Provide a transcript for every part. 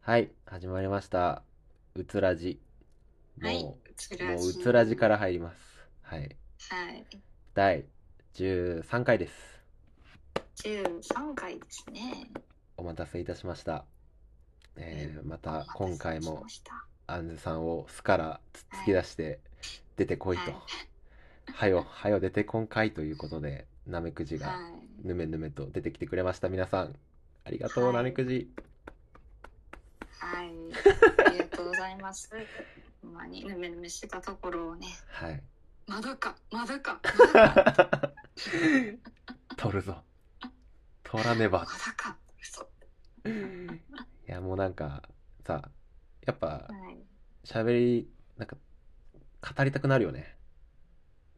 はい、始まりました。うつらじ。はい、もうつう、らもううじ。つらじから入ります。はい。はい、第13回です。 13回ですね。お待たせいたしました。はい、えー、まおた待た今せ回しもました。アンズさんを巣からつは突きい、出して出てこいはと。い、はよ、はよ出てこんかいということで、ナメクジがはい、ぬめぬめと出てきてくれました。皆さん、ありがとう、はナメい、クジ。はい。ありがとうございます。 ほんまに、ぬめぬめしてたところをね、はい。 まだか、まだか、まだか、取るぞ。取らねば。まだか、嘘。いや、もうなんか、さ、やっぱ、はい、喋り、なんか、語りたくなるよね。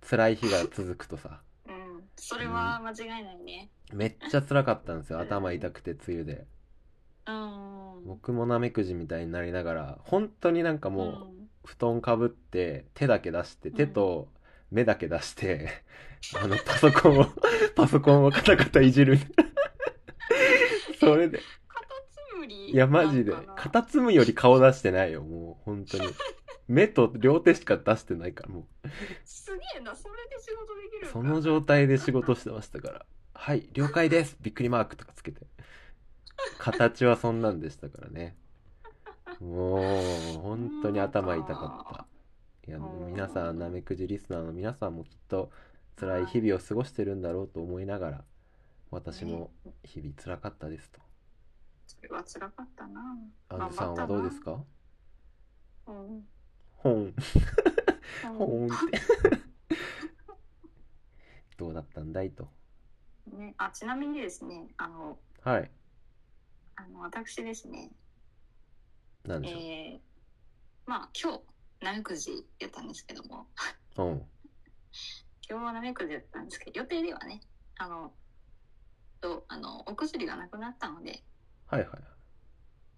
辛い日 が続くとさ。うん、それうん、は間違いないね。めっちゃ辛かったんですよ。う頭痛ん、くて、梅雨で。うん、僕もナメクジみたいになりながら、本当になんかうもん、う、布団かぶって、手だけ出して、う手ん。と目だけ出して、あの、パソコ ンを、パソコンをカタカタいじる。そえ、れで、カタツムいリや、マなんジかで、カな。タツムリより顔出してないよ、もう、本 当に。目と両手しか出してないから、もう。すげえな、それで仕事できるんそだ。の状態で仕事してましたから。はい、了解です。びっくりマークとかつけて。形はそんなんでしたからね。もう、う本当にん頭痛かった。か。いや、う皆さん、ナん。メクジリスナーの皆さんもきっと辛いは日々を過ごしてるんだろうと思いながら、い。私ね。も日々辛かったですと。それは辛かったな。アンズ頑さ張っんはたどうでな。すかうん。ほん。うほんん。って。 どうだったんだいと。ね。あ、ちなみにですね、あの、はい。あの私ですね、なんでえしょー、まあ今日、ナメくじやったんですけども、う。うん。今日はナメくじやったんですけど、予定ではね、あの、とあのお薬がなくなったので、はいはいはい。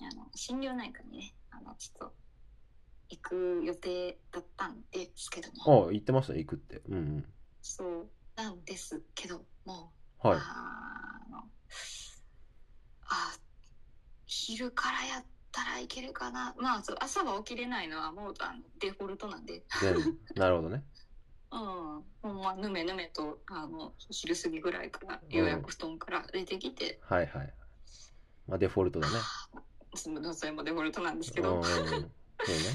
あの心療内科にね、あのちょっと行く予定だったんですけども、ああ、言ってました、行くって。うんうん。そうなんですけども、はい。あの、あ、昼からやったらいけるかな。まあ、そう、朝は起きれないのはもうあのデフォルトなんで、 全部。なるほどね。うん、ほんま、ぬめぬめと、あの、昼過ぎぐらいからう。ようんやく布団から出てきて、はいはい。まあ、デフォルトだね。ああ、すみません、それもデフォルトなんですうけど、んうん。そうね。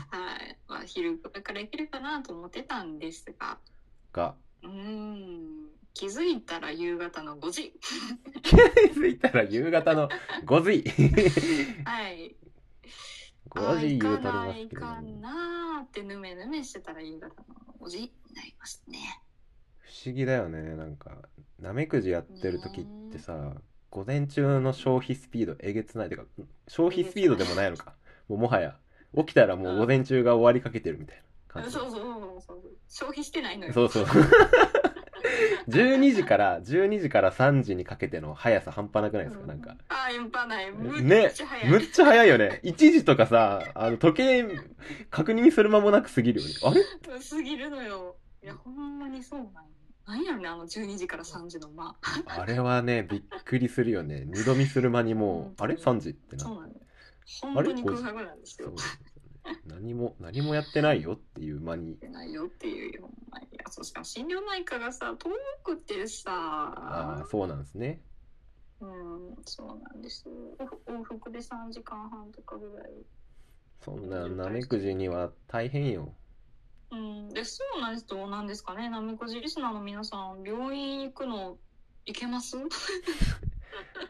はい、まあ、昼ぐらいからいけるかなと思ってたんですが、 が、うーん、気づいたら夕方の5時。 気づいたら夕方の5時。はい。 5ああ、時行言うとりかまなすいけれどかも。なーってぬめぬめしてたら夕方の5時になりますね。不思議だよね。なんか、ナメクジやっねてる時ってえ。さ、午前中の消費スピードえげつない。てか、消え費げスつピードない。でもないのか。もうもはや、起きたらうもう午ん。前中が終わりかけてるみたいな感そじだうそね。うそうそう。消費してないのよ。そうそう。12時から、12時から3時にかけての速さ半端なくないでうすかなんか。ん、あー、エンパない。むっね、ちゃ早い。むっちゃ早いよね。1時とかさ、あの、時計、確認する間もなく過ぎるよね。あれすぎるのよ。いや、ほんまにそうなんよ。なんやろね、あの12時から3時の間。あれはね、びっくりするよね。二度見する間にも本う、あ当れに。 ?3 時ってなっそて。うなのよ。あ本れ当に ?5 空時。白なんですよ。そうなんですよね。何も、何もやってないよっていう間に。ってないよっていうよ。まあいや、そうしかも心療内科がさ、遠くてさ、ああ、そうなんですね。うん、そうなんですよ。往往復で3時間半とかぐらいそんのな、渋ナ滞メしてクるジんにで。は大変よ。うん、で、そうなんですどうなんですかね。なめこじリスナーの皆さん、病院行くの行けます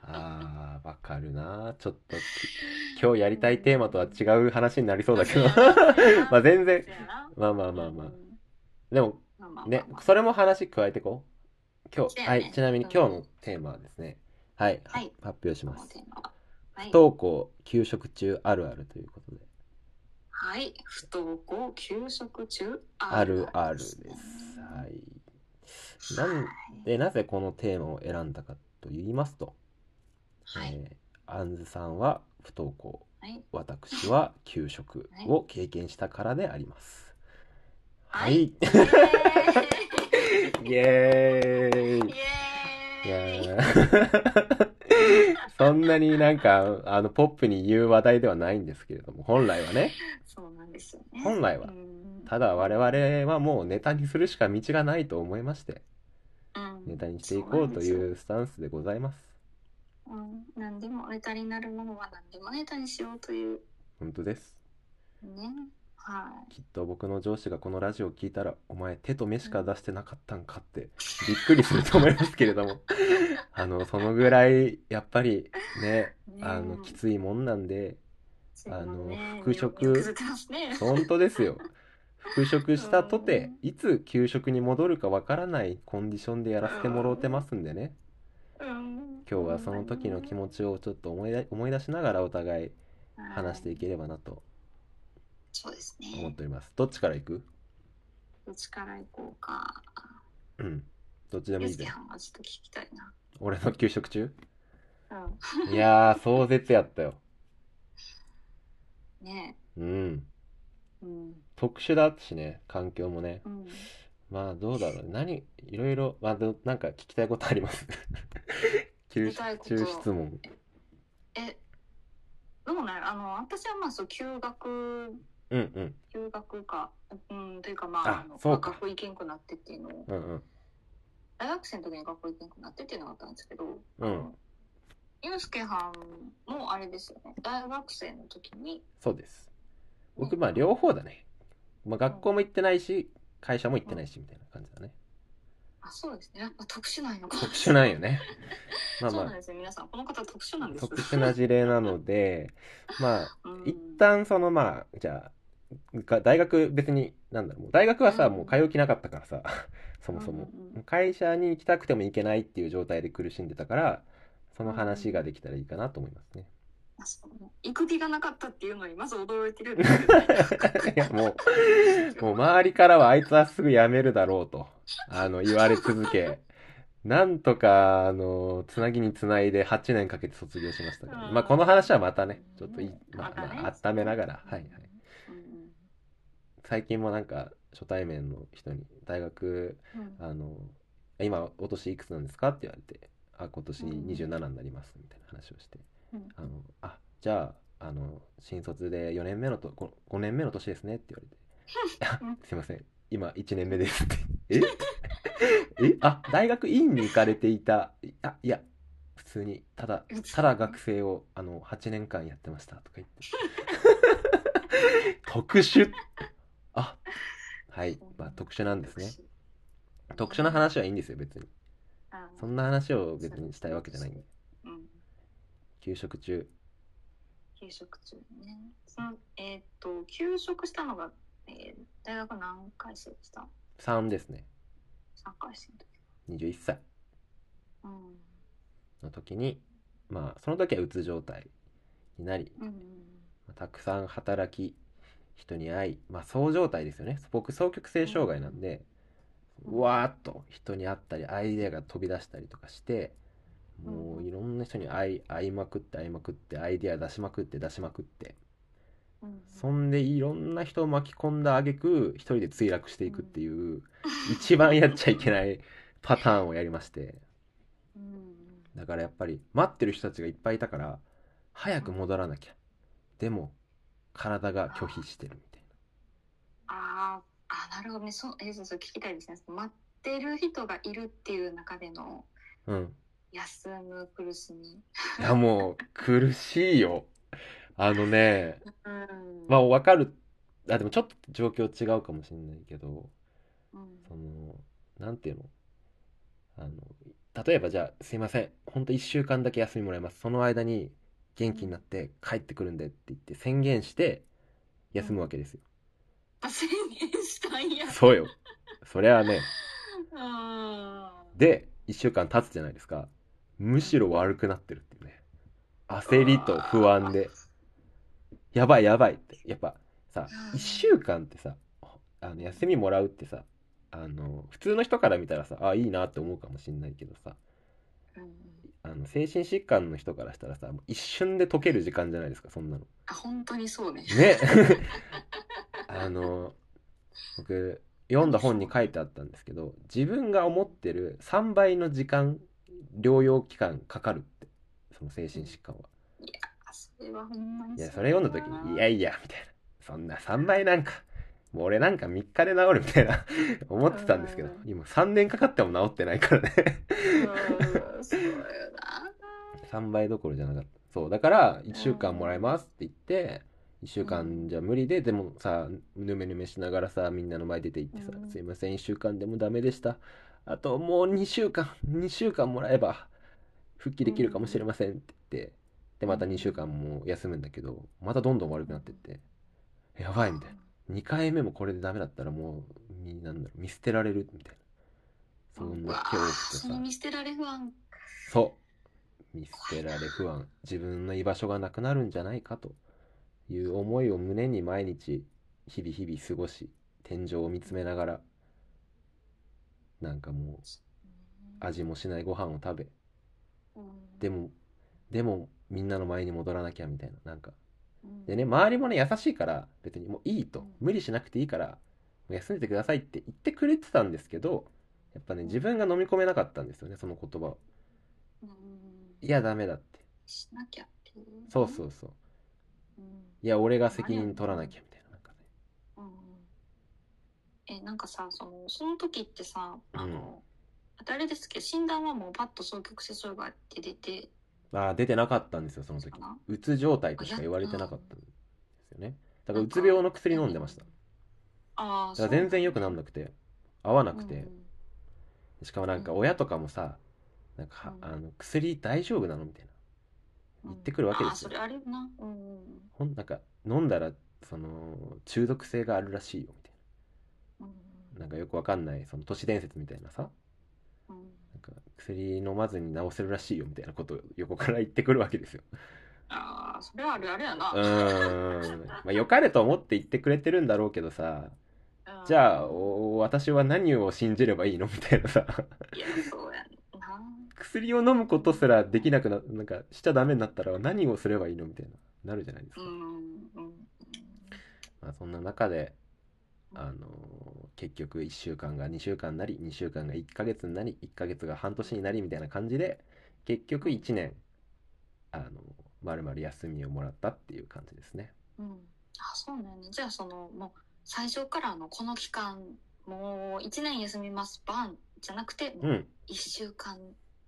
ああ、わかるな。ちょっとき、今日やう、りたいテーマとは違う話になりそうんだけせどやな、せやまあな、全然、せやな。 まあまあうまあまあ。ん、でも、まあまあまあね、まあ。それも話加えてこう。今日、せやはい、ちね。なみにう今日のん。テーマはですね、はい、ははい、発表しま今日のす。テーマは。は不い。登校休職中あるあるということで、はい。不登校休職中ああるるああるでるすでね。す。はい。なん、はい。で、なぜこのテーマを選んだかと言いますと、はい。えー、アンズさんは不登校、 はい。私は休職はい。を経験したからであります。ははい。い。イイエエー ーイイイ。いやエーイー 不そんなになんか、あの、ポップに言う話題ではないんですけれども、本来はね、そうなんですよね。本来はうんただ我々はもうネタにするしか道がないと思いまして、うんネタにしていこうといそうなんですようスタンスでございます。うん、何でもネタになるものは何でもネタにしようという本当です。ね。はい。きっと僕の上司がこのラジオを聞いたら、お前手と目しか出してなかったんかって、びっくりすると思いますけれ ども、あの、そのぐらい、やっぱりね、あの、きついもんなんで、あの復職崩れてますね。本当ですよ。復職したとて、いつ給食に戻るかわからないコンディションでやらせてもろうてますんでね。うん今日はその時の気持ちをちょっと思い出思い出しながらお互い話してはいいければなとそうです思っね。ております。どっちから行くどっちから行こうか。うん。どっちでもゆいういすけぜ。はんはちょっと聞きたいな。俺の給食中うんいやー、壮絶やったよ。ねうん。え。うん。特殊だしね、環境もね。うん。まあどうだろう。何、いろいろ、まあど、なんか聞きたいことあります。 給聞きたい食こと中質問。え、どうなんやろあの、私はまあ、そう、休学、うんうん。休学か、うん、というかまあ、ああのそうか学校行けんくなってっていうのを、うんうん。大学生の時に学校行けんくなってっていうのがあったんですけど、うんあのゆうすけはんもあれですよね、大学生の時に、そうです。僕、まあ、両方だね。まあ、学校も行ってないし、会社も行ってないし、みたいな感じだね。あ、そうですね、やっぱ特殊なんやな特殊なんよ ね。まあそうまなんですよ、皆さん、この方特殊なんあ、です特殊な事例なので、まあ、うん一旦、その、まあ、じゃあ、が大学別に、なんだろう、もう大学はさ、うんもう通う気なかったからさ、 そもそもうんうんう。会社に行きたくても行けないっていう状態で苦しんでたから、その話ができたらいいかなと思いますね。あそう行く気がなかったっていうのに、まず驚いてるんですけど、 いや、も う、もう周りからはあいつはすぐ辞めるだろうと、あの、言われ続け、なんとか、あの、つなぎにつないで8年かけて卒業しましたから、うんまあ、この話はまたね、ちょっといい、まあ、またねまあ、温めながら、はいはい。うんうん最近もなんか、初対面の人に、大学、うんあの、今、お年いくつなんですかって言われて、あ、今年うん27になります、みたいな話をしてうん、あの、あ、じゃあ、あの、新卒で4年目のと、5、5年目の年ですねって言われて、うん すいません、今1年目ですって。ええあ、大学院に行かれていた。いや、いや、普通に、ただ普通、にただ学生を、あの、8年間やってましたとか言 って。特殊あ、はい、まあ特殊なんですね。特殊な話はいいんですよ、別に。あそんな話を別にしたいわけじゃないんで。うん給食中。休職中にね。そのえーっと休職したのが、えー大学何回生でした3ですね。 ？3回生の時。 21歳うんの時に、まあ、その時はうつ状態になり、うんうんたくさん働き人に会いまあそう状態ですよね僕双極性障害なんで、うんわーっと人に会ったりアイデアが飛び出したりとかしてもううんいろんな人に会い会いまくって会いまくってアイデア出しまくって出しまくってうんうん。そんでいろんな人を巻き込んだ挙句一人で墜落していくっていう一番やっちゃいけないパターンをやりましてうんだからやっぱり待ってる人たちがいっぱいいたから早く戻らなきゃでも体が拒否してるみたいな。あーあなるほどね。そうえーそうそう聞きたいですね。待ってる人がいるっていう中でのうん。休む苦しみ。いや、もう、苦しいよ。あのね、うん。まあ、わかる。あ、でもちょっと状況違うかもしれないけど、うんその、なんていうのあの、例えばじゃあ、すいません。ほんと1週間だけ休みもらいます。その間に元気になって帰ってくるんでって言って宣言して休むわけですよ。あ宣言したんや。そうよ。そりゃあね。あーで、1週間経つじゃないですか。むしろ悪くなってるっていうね。焦りと不安で。やばいやばいって。やっぱさ、う1ん週間ってさ、あの休みもらうってさ、あの、普通の人から見たらさ、あ、いいなって思うかもしんないけどさ、 うんうんあの、精神疾患の人からしたらさ、もう一瞬で解ける時間じゃないですか、そんなの。あ本当にそうね。ね。 あの、僕、読んだ本に書いてあったんですけど、自分が思ってる3倍の時間、療養期間かかるって、そその精神疾患は。あそれはほんまにいや、それ読んだ時に、いやいや、みたいな。そんな3倍なんか、もう俺なんか3日で治るみたいな 思ってたんですけどうん、今3年かかっても治ってないからね。うんそうよな3倍どころじゃなかった。そう、だから1週間もらいますって言って、1週間じゃ無理で、でもさ、ぬめぬめしながらさ、みんなの前出て行ってさう、んすいません、1週間でもダメでした。あともう2週間、2週間もらえば復帰できるかもしれませんって言って、で、また2週間も休むんだけど、またどんどん悪くなってって、やばいみたいな。2回目もこれでダメだったらもうみなんだろう見捨てられるみたいなそんうなわ恐怖ーそとのさ見捨てられ不安そう見捨てられ不安自分の居場所がなくなるんじゃないかという思いを胸に毎日日々日々過ごし天井を見つめながらなんかもう味もしないご飯を食べうんでもでもみんなの前に戻らなきゃみたいななんかうんでね、周りもね、優しいから、別にもういいうとん、無理しなくていいから、もう休んでてくださいって言ってくれてたんですけど、やっぱね、自分が飲み込めなかったんですよね、その言葉を。うんいや、ダメだって。しなきゃっていうそうそうそう。うんいや、俺が責任取らなきゃ、みたいな。なんかね。うんえなんかさそのその時ってさあの、誰ですっけど診断はもうパッと双極性障害って出てああ、出てなかったんですよ、その時か。なうつ状態としか言われてなかったんですよね。だから、なうんかつ病の薬飲んでました。だああから全然良くならんなくて、合わななくくてて、しかもなんか親とかもさ、なんかは、うんあの、薬大丈夫なのみたいな。言ってくるわけですよあーそれあるよなうんうんほんなんか飲んだらその中毒性があるらしいよみたいうんななんかよくわかんないその都市伝説みたいなさうんなんか薬飲まずに治せるらしいよみたいなことを横から言ってくるわけですよああそれはあるあるやうなーんまあよかれと思って言ってくれてるんだろうけどさじゃあうんお私は何を信じればいいのみたいなさ いやそうやな薬を飲むことすらできなくななんかしちゃダメになったら何をすればいいのみたいななるじゃないですうか、んうんまあ、そんな中であの結局1週間が2週間になり2週間が1ヶ月になり1ヶ月が半年になりみたいな感じで結局1年あのまるまる休みをもらったっていう感じですねうんあそうなんやねじゃあそのもう最初からあのこの期間もう一年休みますバンじゃなくてもううん一週間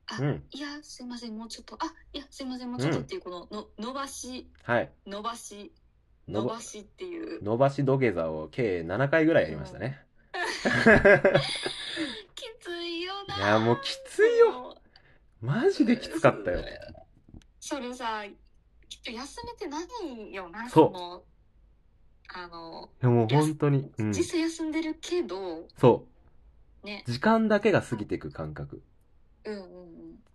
あうんいやすいませんもうちょっとあいやすいませんもうちょっとっていうこのの伸ばしはい伸ばしの伸ぼばしっていう伸ばし土下座を計7回ぐらいやりましたねきついよないやもうきついよもうマジできつかったよそれさきっと休めてないよなそうのあの、でも本当に、うん、実際休んでるけどそねう時間だけが過ぎていく感覚うんうん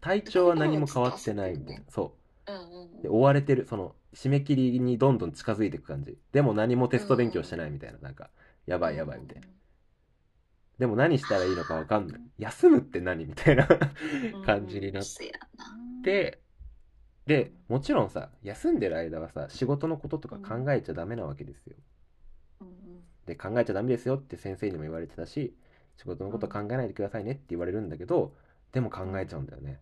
体調は何も変わってないみたいなそううんうんうんで追われてるその締め切りにどんどん近づいていく感じでも何もテスト勉強してないみたいななんかやばいやばいみたいなでも何したらいいのかわかんない休むって何みたいな感じになっうんうんそうやなてでもちろんさ休んでる間はさ仕事のこととか考えちゃダメなわけですようんうんで考えちゃダメですよって先生にも言われてたし仕事のこと考えないでくださいねって言われるんだけどでも考えちゃうんだよね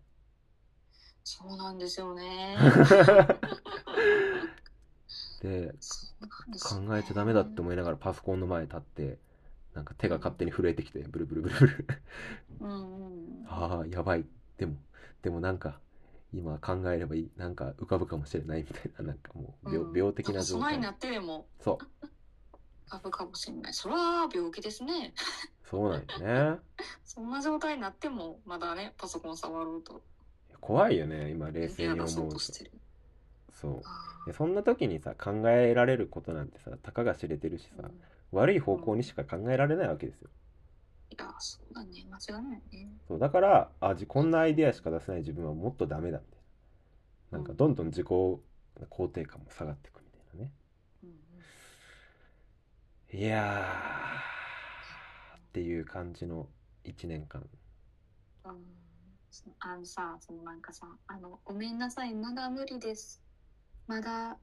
そうなんです よねでそうなんですよね考えちゃダメだって思いながらパソコンの前に立ってなんか手が勝手に震えてきてブルブルブルブルうんうん ああ、やばい。でも、でもなんか、今考えればいい。なんか浮かぶかもしれないみたいな、なんかもう、う病、ん病的なそ状の前態に。なってでもそう、株かもしれないそれは病気ですね そうなんよね。そんな状態になってもまだねパソコン触ろうと怖いよね、今冷手静に出そ思ううとと。してるそう。あでそんな時にさ、考えられることなんてさ、たかが知れてるしーさ、悪い方向にしか考えられないわけですよ。いやそうだね間違いないねそう、だから、あ、じこんなアイデアしか出せない自分はもっとダメだみたいな。なんか、どんどん自己肯定感も下がってくみたいなね。うんいやーっていう感じの1年間うんうんそのあのさそのなんかさあの「ごめんなさいまだ無理ですまだ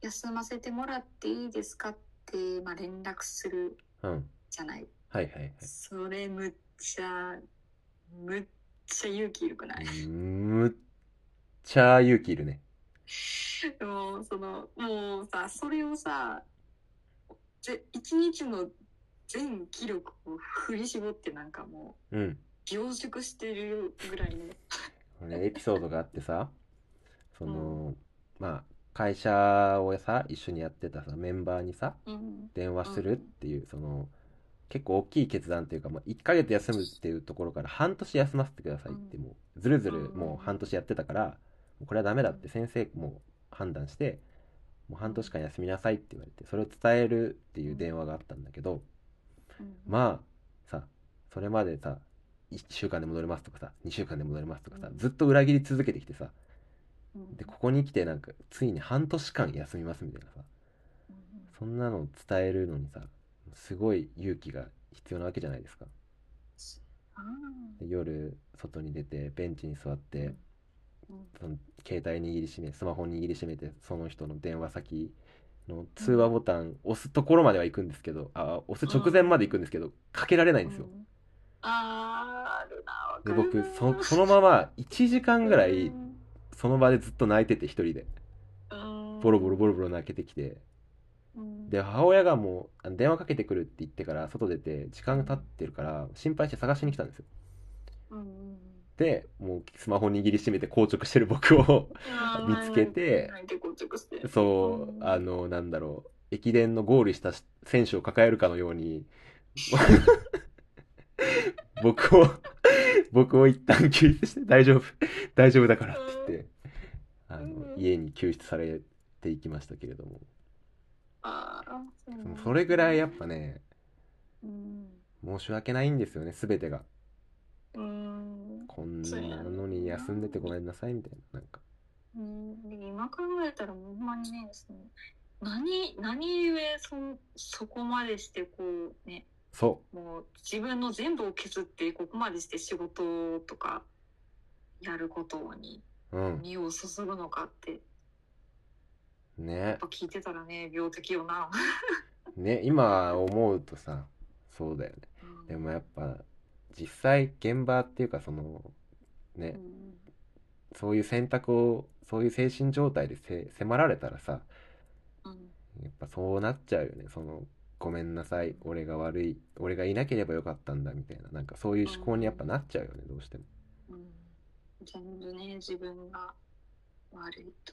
休ませてもらっていいですか?」って、まあ、連絡するうんじゃないはいはいそれむっちゃむっちゃ勇気いるくなはいいむっちゃ勇気いるね。もうそのもうさそれをさぜ一日の全気力を振り絞ってなんかもうん。う凝縮してるぐらいの俺エピソードがあってさ、その、うまあ、会社をさ、一緒にやってたさ、メンバーにさ、うん電話するっていう、その、結構大きい決断っていうか、まあ、1ヶ月休むっていうところから半年休ませてくださいって、もう、ずるずるうんもう半年やってたから、もうこれはダメだって先生も判断して、もう半年間休みなさいって言われて、それを伝えるっていう電話があったんだけど、まあさそれまでさ1週間で戻れますとかさ2週間で戻れますとかさうんずっと裏切り続けてきてさうんでここに来てなんかついに半年間休みますみたいなさうんそんなのを伝えるのにさすごい勇気が必要なわけじゃないですかあで夜外に出てベンチに座っーてうんその携帯握りしめスマホ握りしめてその人の電話先の通話ボタン押すところまでは行くんですけどあ押す直前まで行くんですけどかけられないんですようんあーあるなわかでる僕なそそのまま1時間ぐらういんその場でずっと泣いてて一人でうんボロボロボロボロ泣けてきてうんで母親がもうあの電話かけてくるって言ってから外出て時間が経ってるから心配して探しに来たんですようんうんでもうスマホ握りしめて硬直してる僕 をうん見つけてなんて硬直してそううんあのなんだろう駅伝のゴールしたし選手を抱えるかのよう に僕を僕を一旦救出して大丈夫大丈夫だからって言ってあのうん家に救出されていきましたけれどもあーそうなんだそれぐらいやっぱねうん申し訳ないんですよね全てがうんこんなのに休んでてごめんなさいみたいななんかうんで今考えたらもうほんまにねその何何故そんそこまでしてこうねそもう自分の全部を削ってここまでして仕事とかやることにううん身を注ぐのかってやねっぱ聞いてたらね病的よな。ね今思うとさそうだよねでもやっぱ実際現場っていうかそのうねんそういう選択をそういう精神状態でせ迫られたらさうんやっぱそうなっちゃうよねそのごめんなさい俺が悪い俺がいなければよかったんだみたいななんかそういう思考にやっぱなっちゃうよねどうしてもうん全部ね自分が悪いと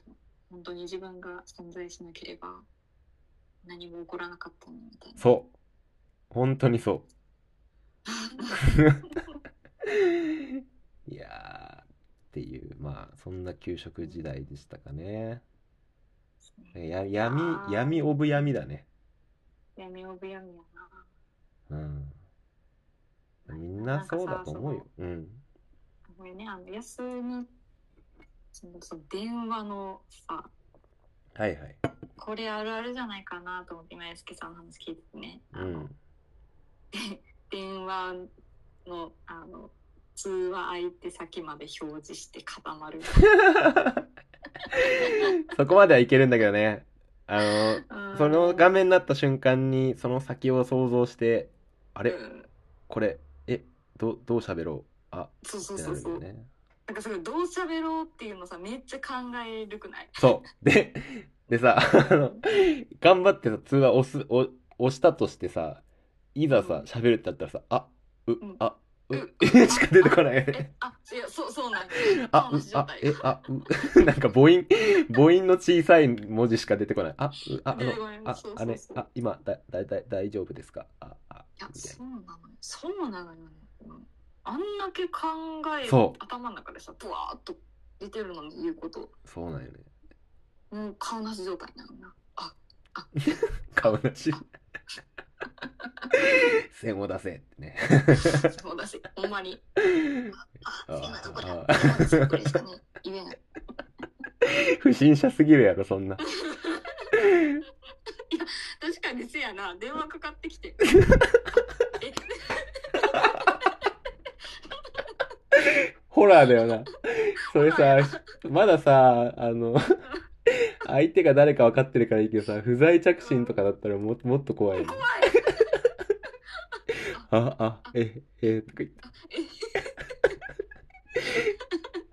本当に自分が存在しなければ何も起こらなかったのにみたいな。そう本当にそういやーっていうまあそんな給食時代でしたかねや闇あー闇オブ闇だねやめようやみやな。うんみんなそうだと思うようなんかさ。ん。そのごめんねあの休みそのその電話のさはいはい。これあるあるじゃないかなと思って今やすけさんの話聞いててね、うあのん。 電話のあの通話相手先まで表示して固まる。そこまではいけるんだけどね。あの、うんその画面になった瞬間にその先を想像して、あれうんこれ、え、どう、どう喋ろうあ、そうそっうてなそるうんだそうよ。ね。なんかすごいどう喋ろうっていうのさめっちゃ考えるくないそう。で、でさ、あの、頑張ってさ、通話押す、お押したとしてさ、いざうさん、喋るってなったらさ、あ、ううん、あ、うう、 しか出てこないよねえ。あいやそうそうなんあ、そううの、状あ、態え、あ、う、 なんか母音、母音の小さい文字しか出てこない。あ、う、あ、あ出のてこない、あそう、あそうれそ、うあ、今、だ、だ、だ、大丈夫ですかあ、あ、いやみたいそうなのよそうなのよ、うんあんだけ考えそう頭の中でさブワーっと出てるのに言うことな。そうなんよね。もう顔なし状態なの なあ顔な し。線を出せってね。そうだしほん まにああー今どこだあ今どこれしかね言えない不審者すぎるやろ、そんな。確かにせやな電話かかってきて えホラーだよ な。それさ、まださ、あの、相手が誰か分かってるからいいけどさ、不在着信とかだったらももっと怖いよね。あ、あ、え、え、とか言って。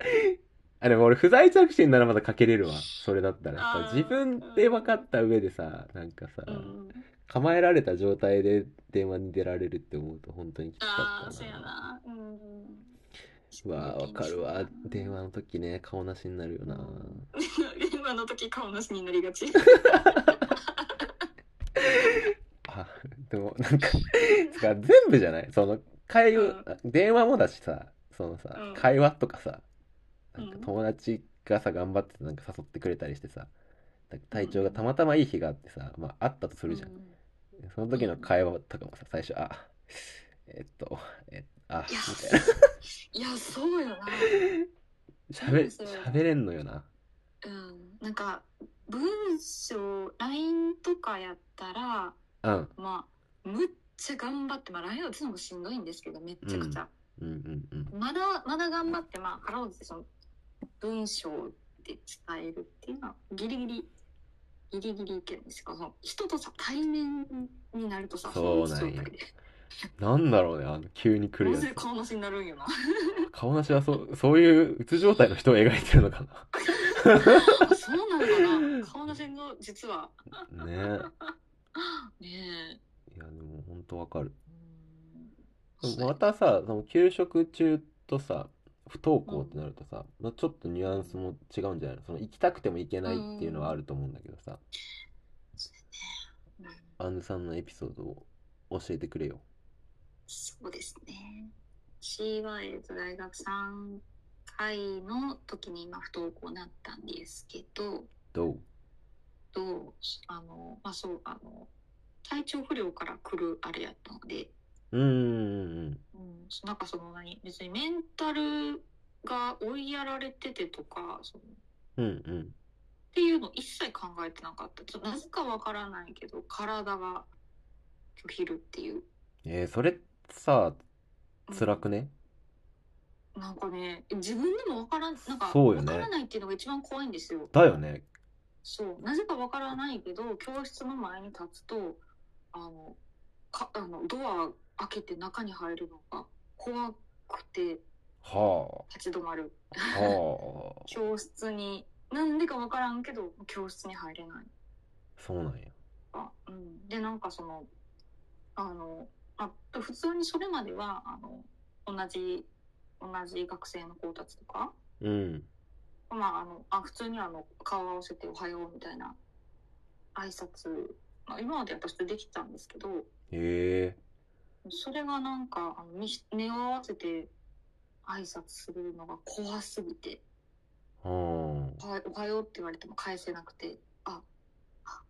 え あ、でも俺不在着信ならまだかけれるわ。それだったらあさ、ー自分で分かった上でさ、なんかさ、うん、構えられた状態で電話に出られるって思うと本当にきつあかあっそたうやなうんうわあ、わかるわ。電 話話の時ね、顔なしになるよな。電話の時顔なしになりがちあ、でもなんか、つか全部じゃないその、会話、電話もだしさ、そのさうん、会話とかさ、なんかうん友達がさ、頑張ってなんか誘ってくれたりしてさ、なんか体調がたまたまいい日があってさ、まあ、あったと するじゃんう。その時の会話とかもさ、最初、あ、えっと、え、あ、いやみたいな。いやそうやな喋、そう喋れんのよな。うんなんか文章 LINE とかやったらうん、まあむっちゃ頑張ってまあ LINE は打つのもしんどいんですけどめっちゃくちゃ、うん、うん、うん。まだまだ頑張ってまあ腹を出てその文章で伝えるっていうのはギリギリギリギリいけるんですけどその人とさ対面になるとさそうなんやその状態でなんだろうね、あの、急に来るマやジつで。顔なしにな るんよな顔なしはそう、そういううつ状態の人を描いてるのかあそうなのかな顔なしの実はな。ねえ。ねいや、でも本当わかる。えまたさ、その給食中とさ、不登校ってなるとさ、まあ、ちょっとニュアンスも違うんじゃないのその行きたくても行けないっていうのはあると思うんだけどさ、うんアンズさんのエピソードを教えてくれよ。そうですね。C は、えっと、大学3回の時に今不登校になったんですけど、どうとあの、まあ、そう、あの、体調不良から来るあれやったので、うーん。うん、なんかその何、別にメンタルが追いやられててとか、そのうんうん。っていうの一切考えてなかった。ちょっとなぜかわからないけど、体が拒否るっていう。えー、それさ、うん辛くねなんかね、自分でもわからん、なんか、そうよわねからないっていうのが一番怖いんですよ。だよね。そう、なぜかわからないけど、教室の前に立つと、あの、か、あの、ドア開けて中に入るのが怖くては立ち止まる。あ。は あ。教室に、なんでかわからんけど、教室に入れないそうなんや。とか。うん。で、なんかその、あの、あ普通にそれまでは、あの、同じ、同じ学生の子たちとか、うん。まあ、あの、あ、普通にあの、顔合わせておはようみたいな挨拶、まあ、今までやっぱ普通できてたんですけど、へえ。それがなんか、あの、み目を合わせて挨拶するのが怖すぎて、はあ。はいおはようって言われても返せなくて、あ、あ、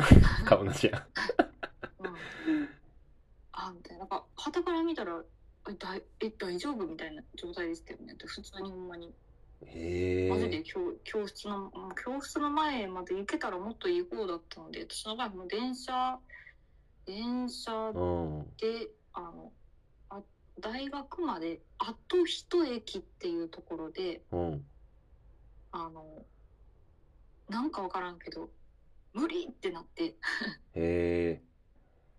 顔なしや。怖い。うん。あ、みたいな。なんか、傍から見たら、え、だいえ大丈夫みたいな状態でしたよね。普通にほんまに。へマジえで。教教室のうん教室の前まで行けたらもっといい方だったので私の場合もう電車電車うん。であのあ大学まであと一駅っていうところでうん。あのなんかわからんけど無理ってなって、へえ。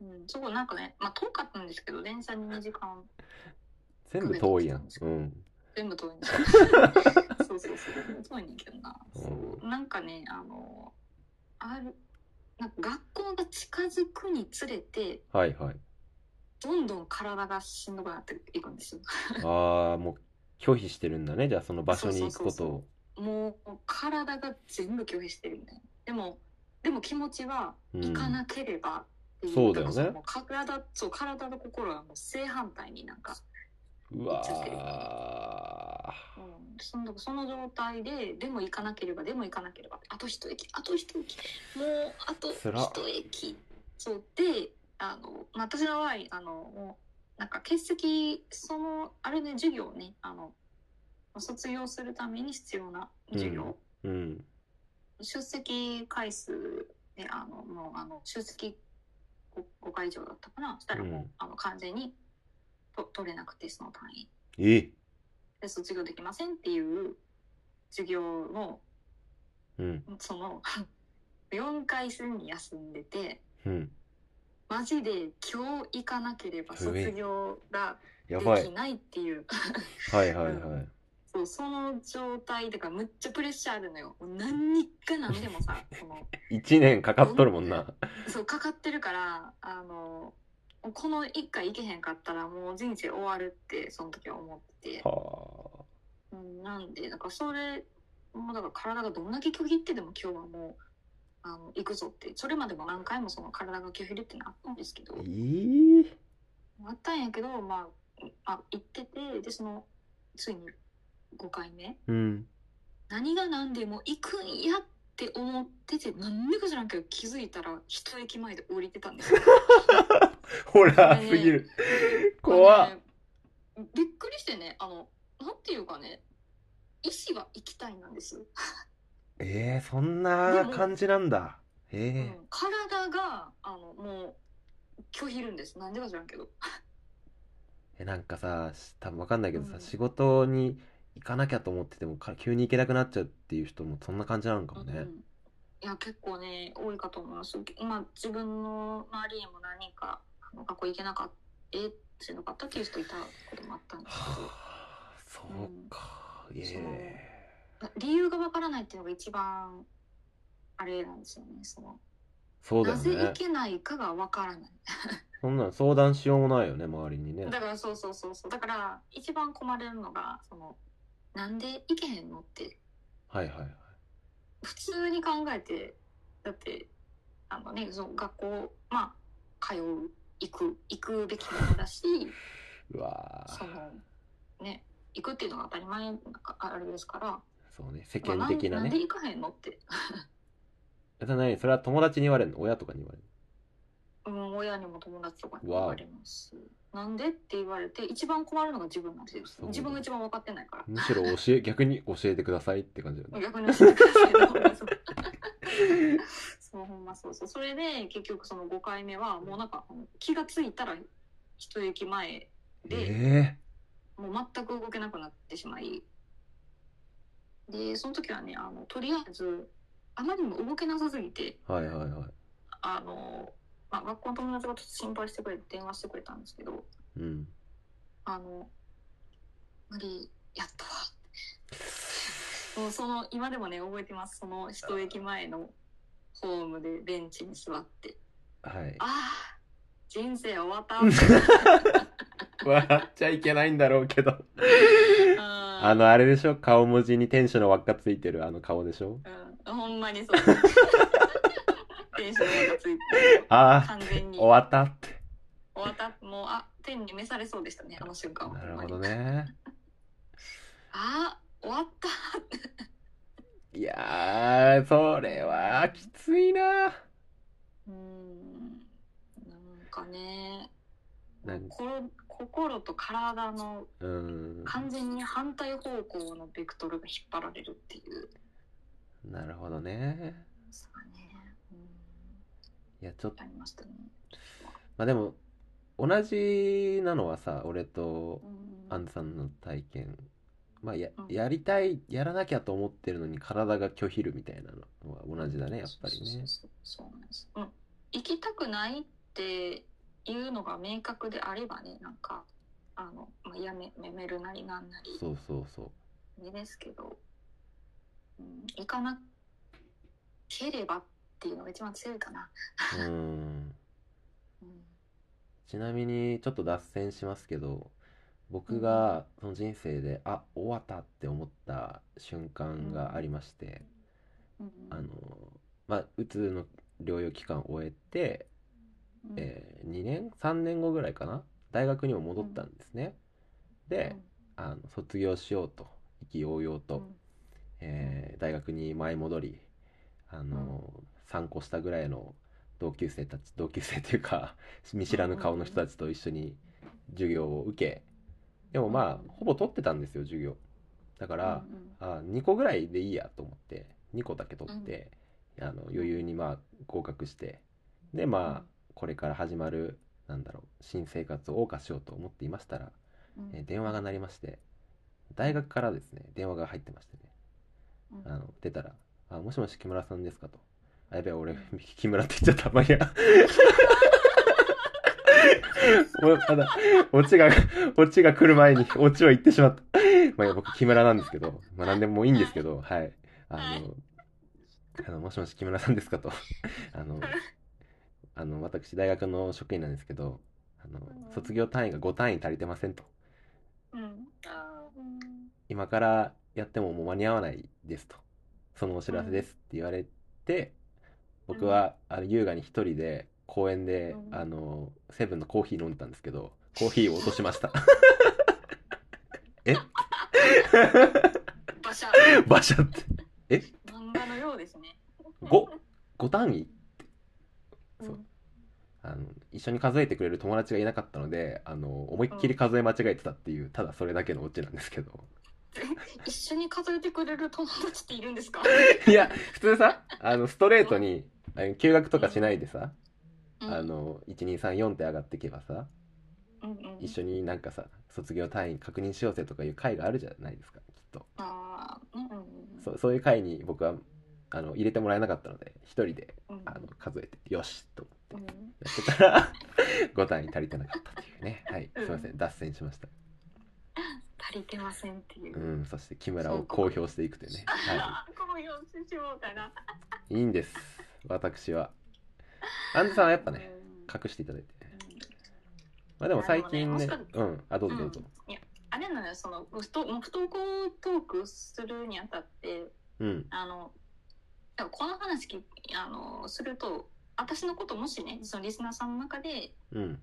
うん、そこなんかねまあ遠かったんですけど電車に2時間全部遠いやん。うん。全部遠 いんだそうそうそう遠いねんけどな、そうなんかねあのあるなんか学校が近づくにつれてはいはい。どんどん体がしんどくなっていくんですよああ、もう拒否してるんだね。じゃあその場所に行くことを。もう体が全部拒否してるみたいなでもでも気持ちはうん行かなければっていそうだよねからその体そう体と心はもう正反対になんか、うわうーん、そのその状態ででも行かなければでも行かなければあと一駅あと一駅もうあとつら一駅そうであの、まあ、私の場合あのもうなんか欠席そのあれね授業ねあの卒業するために必要な授業、うん。出席回数であのもうあの出席 5, 5回以上だったかなしたらもう、うんあの完全にと取れなくてその単位えで卒業できませんっていう授業のうん。その 4回戦に休んでてうん。マジで今日行かなければうえ卒業がやばできい。ないっていう はいはいはい。そうその状態だからむっちゃプレッシャーあるのよもう何が何でもさその1年かかっとるもんな。そうかかってるからあのこの1回行けへんかったらもう人生終わるってその時は思ってて、はあ。うん、なんでだからそれもうだから体がどんだけ拒否ってでも今日はもうあの行くぞってそれまでも何回もその体が拒否ってのあったんですけどいい。あったんやけどまああ行っててでそのついに5回目うん。何が何でも行くんやって思ってて何でか知らんけど気づいたら一駅前で降りてたんですよホラーすぎる。 怖っあ。のねびっくりしてねあのなんていうかね意思は行きたいなんですよ、えー、そんな感じなんだ。うえん体があのもう拒否るんですなんでか知らんけどーえ、なんかさ、多分わかんないけどうさ、ん仕事に行かなきゃと思ってても、か急に行けなくなっちゃうっていう人もそんな感じなのかもうね。んいや結構ね多いかと思います今自分の周りにも何人かあの学校行けなかったえしなかったっていう人いたこともあったんですけどはあ、そうか。え理由がわからないっていうのが一番あれなんですよねそのー。そうだなよぜいね。けないかがわからないそんなん相談しようもないよね、周りにね。だからそうそうそうそうだから一番困れるのがそのなんでいけへんのってはいはいはい。普通に考えてだってあのねその学校まあ通う行く行くべきものだしうわそーのね行くっていうのが当たり前なんかあれですから、そうね、世ま間あ的ななんなんでね。行かへんのって、え、それ何それは友達に言われるの親とかに言われるうん、親にも友達とかに言われますなんでって言われて一番困るのが自分なんですよそう自分が一番分かってないからのむしろ 教え、逆に教えてくださいって感じだよね。逆に教えてくださいほんまそうそうほんまそうそうそれで結局その5回目はもうなんか気がついたら一駅前でえもう全く動けなくなってしまいでその時はねあのとりあえずあまりにも動けなさすぎてえはいはいはい。あの、まあ、学校の友達がちょっと心配してくれて電話してくれたんですけどうん。あの無理やったわもうその今でもね覚えてますその一駅前のホームでベンチに座ってはい。ああ人生終わ った笑っちゃいけないんだろうけど。ああの、あれでしょ顔文字に天使の輪っかついてるあの顔でしょうん、ほんまにそうテンションがついてあ完全あ、終に終わったって。わったもうあ天に召されそうでしたねあの瞬間はなるほんまほにどね。ああ終わったっていやー、それはきついな。うーんなんかねなんこ心と体のうん。完全に反対方向のベクトルが引っ張られるっていうなるほどね。さね、うん、いや、ちょっと、ありましたね。まあでも、同じなのはさ、俺とうんアンさんの体験。まあやうん、やりたい、やらなきゃと思ってるのに体が拒否るみたいなのは同じだね、やっぱりね。そうそうそうそうなんです。うん、行きたくないっていうのが明確であればね、なんかあのまあやめやめるなりなんなりそうそうそう。ねですけど、うん、行かなければっていうのが一番強いかな。うーんうんちなみにちょっと脱線しますけど僕がその人生であ終わったって思った瞬間がありまして、うんあのまあうつの療養期間を終えて、うんえー2年3年後ぐらいかな大学にも戻ったんですね、であの卒業しようと意気揚々と、えー大学に前戻りあの、参考したぐらいの同級生たち同級生というか 見知らぬ顔の人たちと一緒に授業を受けでもまうあんほぼ取ってたんですよ授業だか、からあ2個ぐらいでいいやと思って2個だけ取って、あの余裕にまあ合格してでまあこれから始まるなんだろう新生活を謳歌しようと思っていましたら、えー電話が鳴りまして大学からですね電話が入ってましてねうんあの出たら「あもしもし木村さんですか?」と「あやべえ俺 木村って言っちゃったまあいいや」 もうまだオチがオチが来る前にオチを言ってしまったまあいや僕木村なんですけど、まあ何でもいいんですけど、はい。あの、あのもしもし木村さんですかと、あの、あの私大学の職員なんですけど、あのうん卒業単位が5単位足りてませんと、うん。あーうん今からやってももう間に合わないですと、そのお知らせですって言われて、僕はあの優雅に一人で公園でうんあのセブンのコーヒー飲んでたんですけど、コーヒーを落としました。 え馬車。バシャって。漫画のようですね。 5、5単位うんそうあの一緒に数えてくれる友達がいなかったのであの思いっきり数え間違えてたっていうただそれだけのオチなんですけど一緒に数えてくれる友達っているんですか。いや普通さあのストレートにあの休学とかしないでさ あの1234って上がっていけばさうん、うんうん、一緒になんかさ卒業単位確認しようぜとかいう会があるじゃないですかきっとああ、うんうんうん。そうそういう会に僕はあの入れてもらえなかったので一人でうんうんあの数えてよしとう思ってんやってたら 5単位足りてなかったっていうねはいすいません脱線しました足りてませんっていうう。ん、そして木村そをうか公表していくというね。はああ、この様子しようかな。い。いいんです。私は。アンズさんはやっぱね、うん隠していただいて。まあでも最近ねなる、ほうん、あ、どううぞんどうぞ。いやあれなのよその不登不登校トークするにあたってうん、あのでもこの話きあのすると私のこともしねそのリスナーさんの中でうん、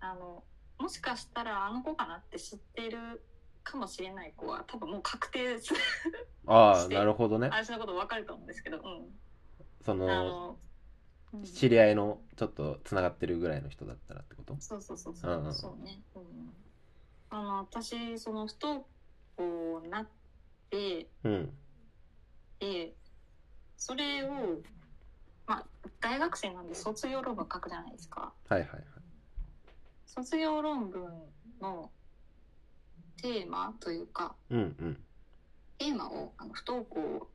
あのもしかしたらあの子かなって知ってるかもしれない子は多分もう確定すあしあ、てなるほどね。私のこと分かると思うんですけど、うそん、あの、の、うん知り合いのちょっとつながってるぐらいの人だったらってことそうそうそううそんううんそうね、うん、あの私その不登校になってうん、でそれを、まあ、大学生なんで卒業論文書くじゃないですかはいはいはい。卒業論文のテーマというかうん、うん。テーマをあの不登校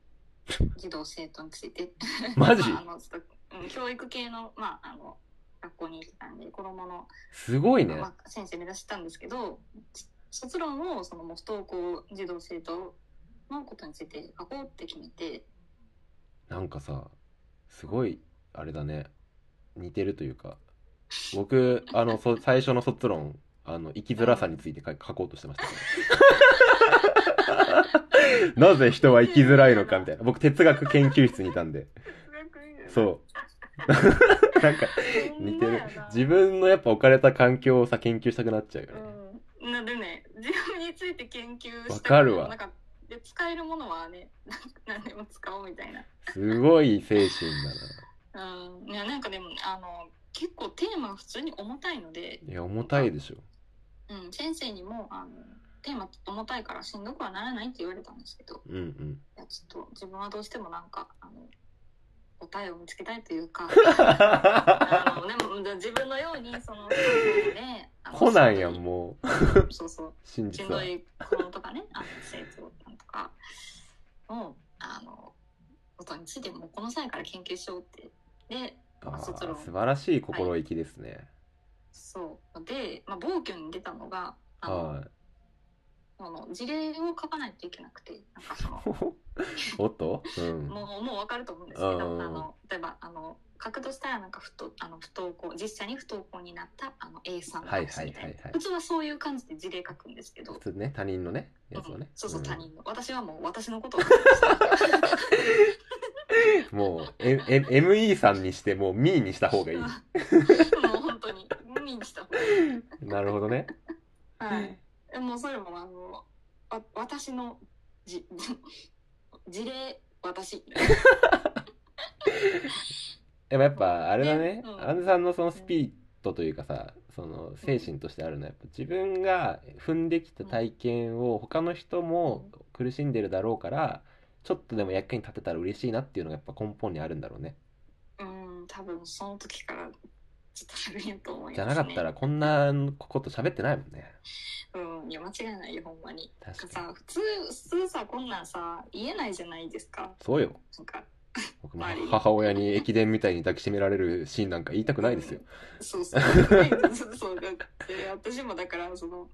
児童生徒についてマジ まああのちょっとうん教育系の,、まあ、あの学校に行ってたんで子どもの、すごいね。まあ、先生目指してたんですけど卒論をそのもう不登校児童生徒のことについて書こうって決めて。なんかさ、すごい、あれだね、似てるという か、僕、あの、そ最初の卒論、あの、生きづらさについて書書こうとしてましたね。 なぜ人は生きづらいのかみたいな。僕、哲学研究室にいたんで、 そう。なんか、似てる。自分のやっぱ置かれた環境をさ、研究したくなっちゃうよね。うん、なんでね自分について研究したわかるわなんかで使えるものはねなんか何でも使おうみたいな、すごい精神だうん、いやなんかでもあの結構テーマが普通に重たいので、な。いや、重たいでしょ。うん、先生にもあのテーマ重たいからしんどくはならないって言われたんですけどうんうん。いやちょっと自分はどうしてもなんかあの答えを見つけたいという かあの、ね、自分のように その、ね、あのコナンやん、もう。そうそう真し実んどは。い子供とかね、あの生徒さんとかの、あの、ことについてもうこの際から研究しようって。で、ああ、卒論素晴らしい心意気ですね。そう。で、まあ、暴挙に出たのが、あの、はい。その事例を書かないといけなくて、なんかそ の、おっと、うん、もう、もうわかると思うんですけど、うんあの、例えば、あの、格闘したらなんか不登、あの、不登校、実際に不登校になった、あの、A さんのはい話はみたいいな。はいはい普通はそういう感じで事例書くんですけど、普通ね他人のねやつをうんね、そうそう、ん他人の。私はもう私のことを。もう、M M、ME さんにしてもう ME にした方 がいいもう本当に、無理にした方がいい。なるほどねはい。えもうそれもあのわ私のじ 事例私。でもやっぱあれだね、ねうんアンズさんのそのスピリットというかさその精神としてあるのはやっぱ自分が踏んできた体験を他の人も苦しんでるだろうからちょっとでも役に立てたら嬉しいなっていうのがやっぱ根本にあるんだろうねうん多分その時からずっと喋れると思いじゃます、なね。かったらこんなこと喋ってないもんねうんいや間違いないよほんまに。なん確かかにさ普通普通さこんなんさ言えないじゃないですか。そうよなんか僕も母親に駅伝みたいに抱きしめられるシーンなんか言いたくないですよ。そうそう。そうそうだって私もだからその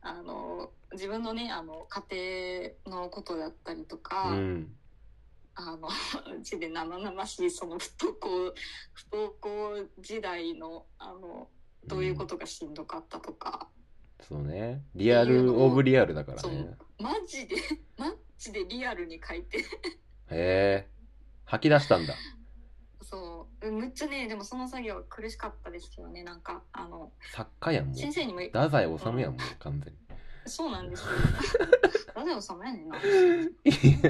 あの自分のねあの家庭のことだったりとうか、ん。あのうちで生々しいその不登校不登校時代のあのどういうことがしんどかったとか、そうね。リアルオブリアルだからそうね。マジで マジでリアルに書いて へえ。吐き出したんだ。そううんむっちゃねでもその作業は苦しかったですけどねなんかあの作家やんもう。先生にも太宰治やんもう完全そうな んですよ。なぜ収めやねんな。あに。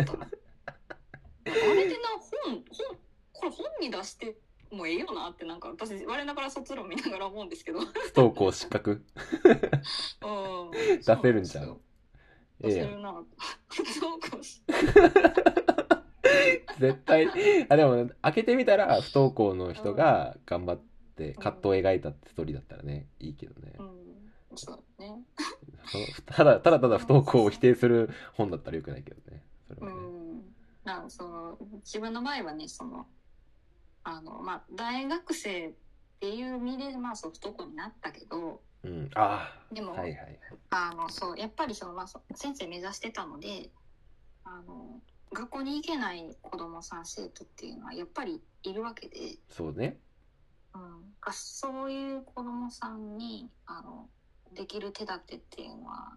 れでな、本、本、これ本に出してもええよなって、なんか私、我ながら卒論見ながら思うんで すけど。うん。不登校失格。出出せるんちゃうえ出えせやん。るな。 そうかもし絶対あでも開けてみたら不登校の人が頑張って葛藤を描いたってストーリーだったらねいいけどねれない。うん。そうね。そうただただただ不登校を否定する本だったらよくないけどねそれうはねん。なその、自分の場合はね、その、あの、まあ、大学生っていう身で、まあ、ソフト校になったけど、うんあであも、はいはいはいあのそうやっぱりその、まあ、そ先生目指してたのであの学校に行けない子どもさん生徒っていうのはやっぱりいるわけで、そうねうん、がそういう子どもさんにあのできる手立てっていうのは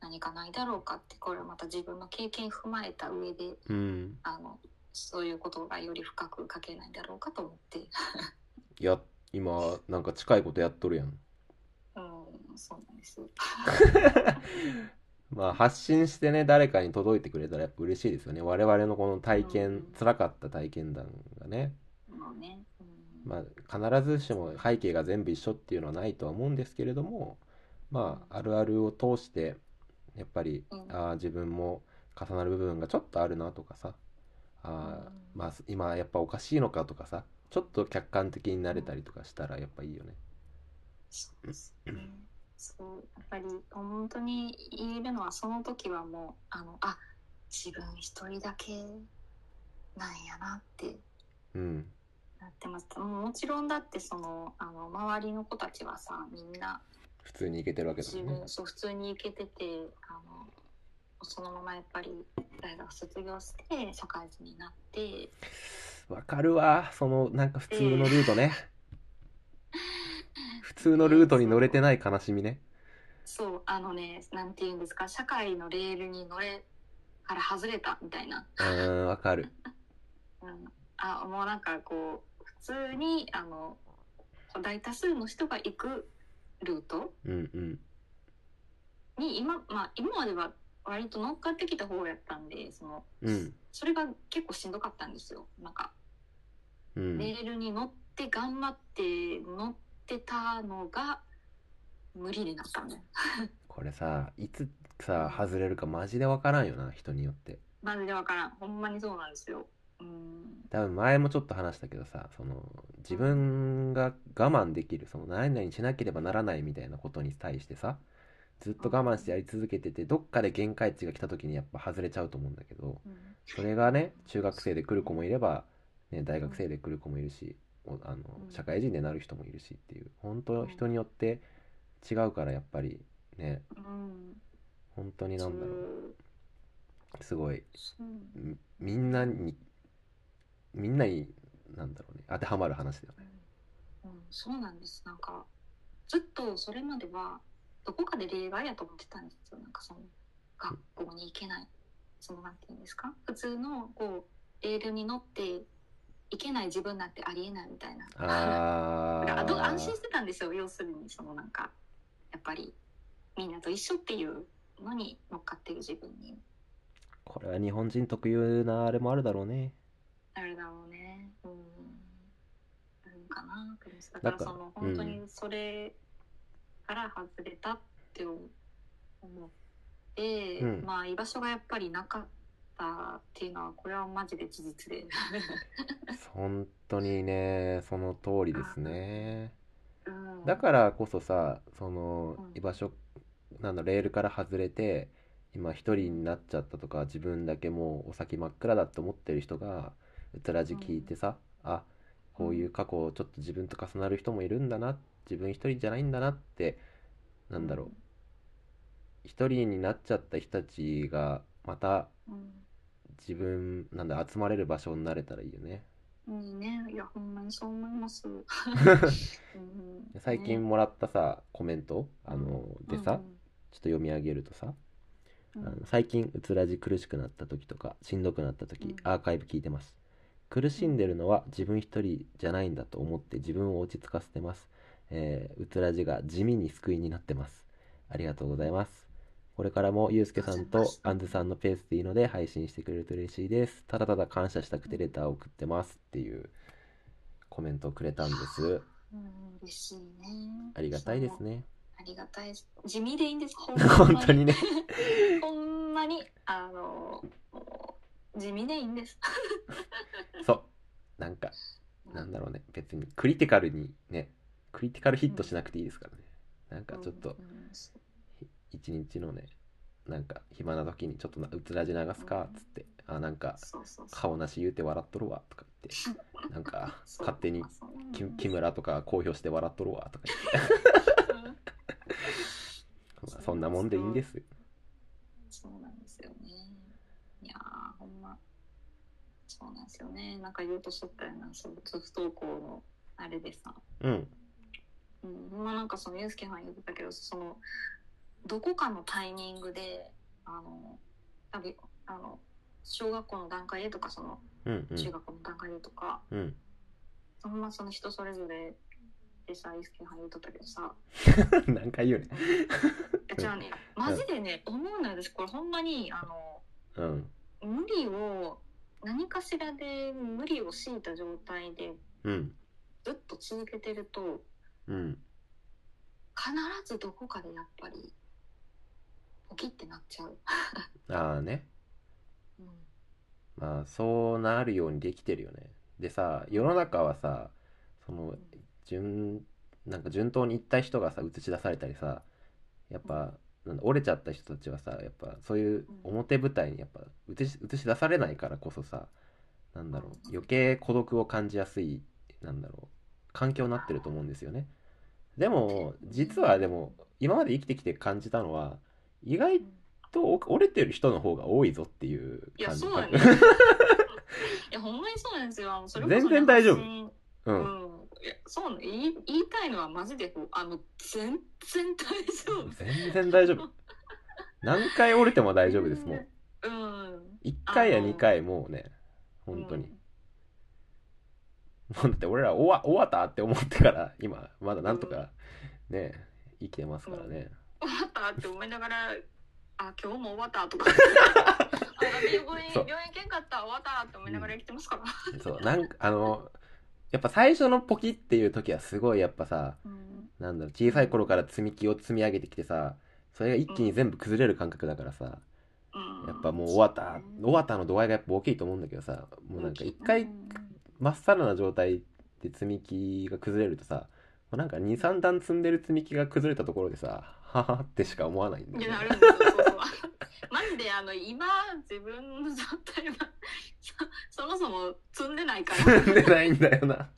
何かないだろうかってこれはまた自分の経験踏まえた上でうんあのそういうことがより深く書けないんだろうかと思って、いや今なんか近いことやっとるやんうん、そうなん です。まあ発信してね誰かに届いてくれたらやっぱ嬉しいですよね我々のこの体験辛かった体験談がねもうね、うんまあ、必ずしも背景が全部一緒っていうのはないとは思うんですけれども、まあ、あるあるを通してやっぱりうんあー自分も重なる部分がちょっとあるなとかさあうー、んまあ、今やっぱおかしいのかとかさちょっと客観的になれたりとかしたらやっぱいいよね。そうですね。そう、やっぱり本当に言えるのはその時はもう、あの、あ、自分一人だけなんやなってうん、なってます。もうもちろんだってその、あの、周りの子たちはさ、みんな普通にいけてるわけだ自もん分、ね。そう、普通に行けてて、あの、そのままやっぱり大学卒業して社会人になって、わかるわそのなんか普通のルートね。普通のルートに乗れてない悲しみね。そう、あのね、なんて言うんですか、社会のレールに乗れから外れたみたいな。うーんわかる。うん、あもうなんかこう普通にあの大多数の人が行くルートうんうんに今,、まあ、今までは割と乗っかってきた方やったんでそのうんそれが結構しんどかったんですよ。なんかうん。レールに乗って頑張って乗ってたのが無理になったんだよ。これさいつさ外れるかマジで分からんよな人によってマジでわからんほんまにそうなんですよ。うん多分前もちょっと話したけどさその自分が我慢できるその何々しなければならないみたいなことに対してさずっと我慢してやり続けててどっかで限界値が来た時にやっぱ外れちゃうと思うんだけどうんそれがね中学生で来る子もいれば、ね、大学生で来る子もいるしおあのうん社会人でなる人もいるしっていう本当人によって違うからやっぱりねうん、本当になんだろうすごいそうみみんなにみんなになんだろうね当てはまる話 だよねうん、うんそうなんです。なんか、ずっとそれまでは、どこかで例外やと思ってたんですよ。なんかその、学校に行けない。その、なんていうんですか普通の、こう、レールに乗って、行けない自分なんてありえないみたいな。だからあど安心しーてたんですよ。要するに、そのなんか、やっぱり、みんなと一緒っていうのに乗っかってる自分にこれは日本人特有なあれもあるだろうねなるだろうね。うん。なるかなって思いますだなかんらかその、うん本当にそれから外れたって思って、うんまあ居場所がやっぱりなかったっていうのはこれはマジで事 実で。本当にねその通りですねうん、だからこそさそのうん居場所なんだレールから外れて今一人になっちゃったとか自分だけもうお先真っ暗だって思ってる人がうつらじ聞いてさ、あこういう過去をちょっと自分と重なる人もいるんだな自分一人じゃないんだなってなんだろう一人になっちゃった人たちがまたうん。自分なんだ集まれる場所になれたらいいよねうん。いいね。いや、ほんまにそう思い ます。うんうん最近もらったさコメントあのでさちょっうんと読み上げるとさうあんの最近うつらじ苦しくなった時とかしんどくなった時うんアーカイブ聞いてます苦しんでるのは自分一人じゃないんだと思って自分を落ち着かせてます、えーうつらじが地味に救いになってますありがとうございますこれからもゆうすけさんありとがとうございますあんずさんのペースでいいので配信してくれると嬉しいですただただ感謝したくてレターを送ってますっていうコメントをくれたんですうん嬉しいね。ありがたいですねありがたい です。地味でいいんです。ほん本当にねほんまに、あの、もう地味でいいんです。そうなんかなんだろうね別にクリティカルにねクリティカルヒットしなくていいですからね、なんかちょっとうんうんそうひ一日のねなんか暇な時にちょっとなうつらじ流すかっつって、あなんかそうそうそう。顔なし言うて笑っとるわとか言ってなんかそう勝手にまあそうなんだき木村とか公表して笑っとるわとか言ってうんまあそんなもんでいいんですそうなんですよね。いやー、ほんま。そうなんですよね。なんか言おうとしとったよな、その不登校のあれでさ。うんうん、ほんまなんかそのユースケさん言ってたけど、その、どこかのタイミングで、あの、多分あの、小学校の段階でとか、その、うんう中ん学校の段階でとか、うん ほんまその人それぞれでさ、ユースケさん言うとったけど さ、何回言うねえじゃあね、マジでね、思うのよ、私、これほんまに、あの、うん無理を何かしらで無理を強いた状態でうんずっと続けてるとうん必ずどこかでやっぱりポキってなっちゃう。ああねうんまあそうなるようにできてるよねでさ世の中はさその順なんか順当に行った人がさ映し出されたりさやっぱ、なんだ折れちゃった人たちはさやっぱそういう表舞台にやっぱ映し映し出されないからこそさなんだろう余計孤独を感じやすいなんだろう環境になってると思うんですよねでも実はでも今まで生きてきて感じたのは意外と折れてる人の方が多いぞっていういや感じそうやね。いやほんまにそうなんですよ。あのそれこそ全然大丈夫発信うんうん、いやそうなの言い言いたいのはマジでこうあの全然大丈夫。全然大丈夫何回折れても大丈夫ですもううん。 1回やあの2回もうね本当に、うんもうだって俺ら終わ終わったって思ってから 今まだなんとかね生きてますからね、終わったって思いながら、あ、今日も終わったと か。あ、病院、そう病院行けんかった、終わったって思いながら生きてますから。そうなんかあのやっぱ最初のポキっていう時はすごいやっぱさうん、なんだろう小さい頃から積み木を積み上げてきてさそれが一気に全部崩れる感覚だからさ、やっぱもう終わった、終わったの度合いがやっぱ大きいと思うんだけどさ、もうなんか一回まっさらな状態で積み木が崩れるとさ、もうなんか2、3段積んでる積み木が崩れたところでさ、ははってしか思わないんだいよや、ねなるんですよ。そうそうマジで、あの、今、自分の状態は、 そそもそも積んでないから。積んでないんだよな。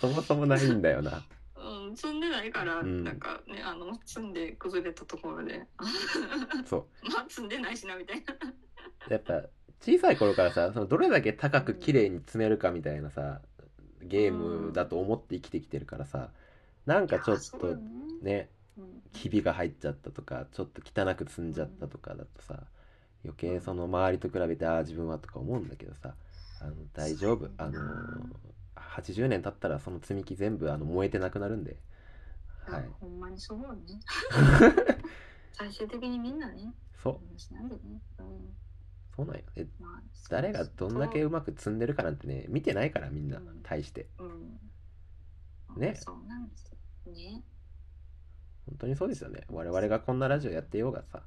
そもそもないんだよな。うん、うん積んでないから、うんなんかね、あの、積んで崩れたところで、 そまあ、積んでないしな、みたいな。う。やっぱ小さい頃からさ、そのどれだけ高く綺麗に積めるかみたいなさ、ゲームだと思って生きてきてるからさ、なんかちょっそうとよねね、うんひびが入っちゃったとかちょっと汚く積んじゃったとかだとさ余計その周りと比べてああ自分はとか思うんだけどさあの大丈夫あの80年経ったらその積み木全部あの燃えてなくなるんではいほんまにそうよね。 最終的にみんなね、そう同じなんでね。うん、そうなんよえまあ、誰がどんだけそうまく積んでるかなんてね見てないからみんなうん対してう、うん、ねそうなんですよね。本当にそうですよね我々がこんなラジオやってようがさ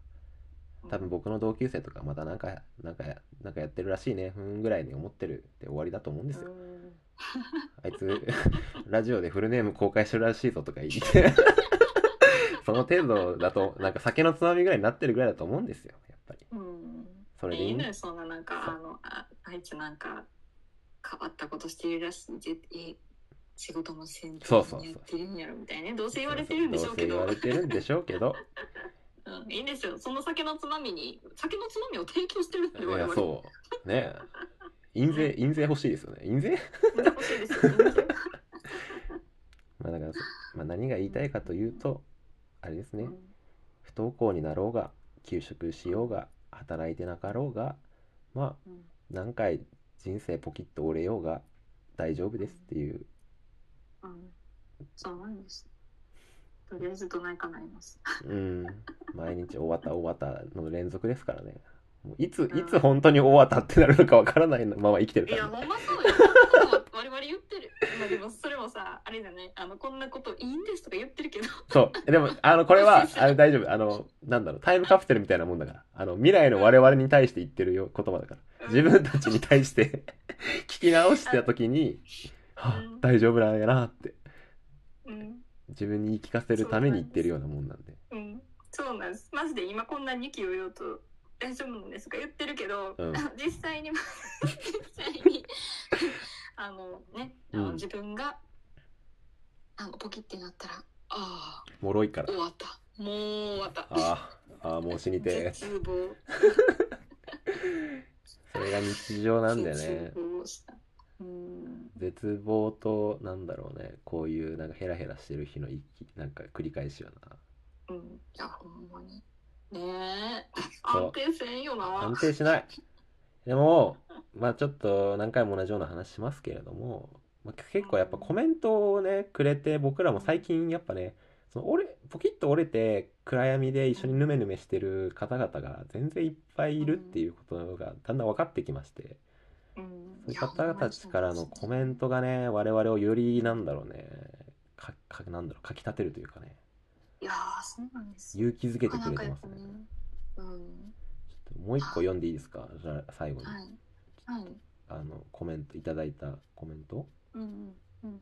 多分僕の同級生とかまたなんかなんかなんかやってるらしいねふーんぐらいに思ってるで終わりだと思うんですようんあいつ、 ラジオでフルネーム公開してるらしいぞとか言って、 その程度だと、なんか酒のつまみぐらいになってるぐらいだと思うんですよ、やっぱり。うん。それでいいいいのねよ、そんななんそか、うあの、ああいつなんか変わったことしてるらしい絶対仕事もせんとそうそうそうやってるんやろみたいなねどうせ言われてるんでしょうけどどうせ言われてるんでしょうけどうん、いいんですよその酒のつまみに酒のつまみを提供してるん いで我や々そうね印税印税欲しいですよね印税見てほしいですよねまあだから、まあ、何が言いたいかというとあれですうねん不登校になろうが休職しようが働いてなかろうがまあうん何回人生ポキッと折れようが大丈夫ですっていううんそうなんですとりあえずどないかなりますうん、毎日終わった終わったの連続ですからね。もういつ、うんいつ本当に終わったってなるのかわからないまま生きてるいかやらね。ほんまそうよそんなこと我々言ってる、まあ、でもそれもさあれだねあのこんなこといいんですとか言ってるけどそう。でも、あの、これは そう、そうあの、大丈夫。あの、なんだろう、タイムカプセルみたいなもんだから。あの、未来の我々に対して言ってるよ言葉だから。自分たちに対して 聞き直した時に、はあうん大丈夫なんやなって、うん自分に言い聞かせるために言ってるようなもんなんで。うんそうなんですマジで今こんなに気をようと大丈夫なんですとか言ってるけど、うん実際に 実際にあのねあのうん自分が、あのポキってなったらああ脆いから。終わったもう終わったああ、ああ、もう死に てえ。絶望それが日常なんだよね絶。望したうん絶望となんだろうねこういうなんかヘラヘラしてる日の一気なんか繰り返しよなうん、いや、ほんまに。ねえ、そう安定せんよな安。定しないでもまあちょっと何回も同じような話しますけれども、まあ、結構やっぱコメントをねくれて僕らも最近やっぱねその折れポキッと折れて暗闇で一緒にヌメヌメしてる方々が全然いっぱいいるっていうことがだんだん分かってきましてうんそういう方々たちからのコメン。トがね我々をよりなんだろうねかかなんだろうかきたてるというかねいやー、そうなんですよ。勇気づけてなくんれかてまやっすぱね。ね。うん。ちょっともう一個読んでいいですかじゃあ最後に、はい。はい。あのコメントいただいたコメントうんうん。うん。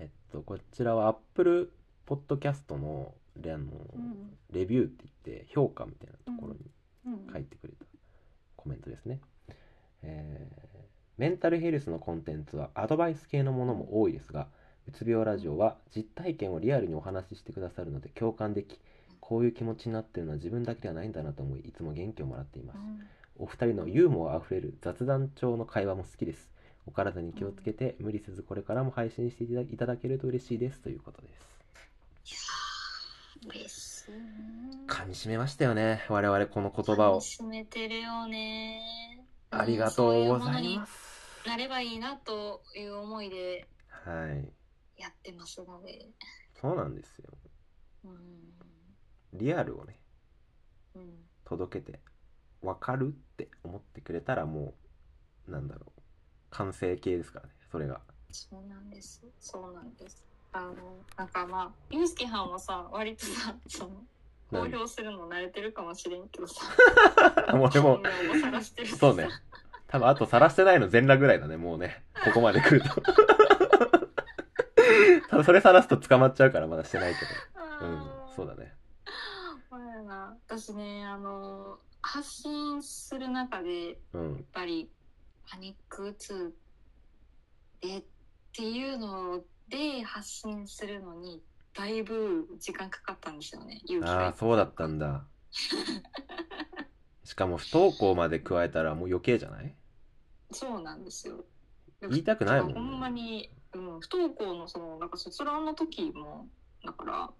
えっとこちらは Apple Podcast のレあの、うんレビューって言って評価みたいなところにうん。書いてくれたコメントですね、えーメンタルヘルスのコンテンツはアドバイス系のものも多いですがうつ病ラジオは実体験をリアルにお話ししてくださるので共感できこういう気持ちになってるのは自分だけではないんだなと思いいつも元気をもらっていますうんお二人のユーモアあふれる雑談調の会話も好きです。お体に気をつけて、無理せずこれからも配信していただいただけると嬉しいですということです。嬉しいね。噛み締めましたよね、我々この言葉を。進めてるよね。ありがとうござそいういうものまにす。なればいいなという思いではい。やってますので。そうなんですよ。うん。リアルをね、うん。届けて、わかるって思ってくれたらもう、なんだろう、完成形ですからね、それが。そうなんです。そうなんです。あの、なんかまあ、ゆうすけはんはさ、割とさ、その、公なん表するの慣れてるかもしれんけどさ、俺 も本、名も探してるしさ そうね。多分あとさらしてないの全裸ぐらいだね、もうね。ここまで来ると。 多分それさらすと捕まっちゃうからまだしてないけあど。うん、ーそうだ。ね。そうやな。私ね、あの、発信する中で、やっうん。ぱり、パニックうつでっていうので発信するのに、だいぶ時間かかったんですよね、勇気がああ、そうだったんだ。しかも不登校まで加えたらもう余計じゃないそうなんですよ。言いたくないもんねほんまに、うん、不登校のそのなんか卒論の時もだから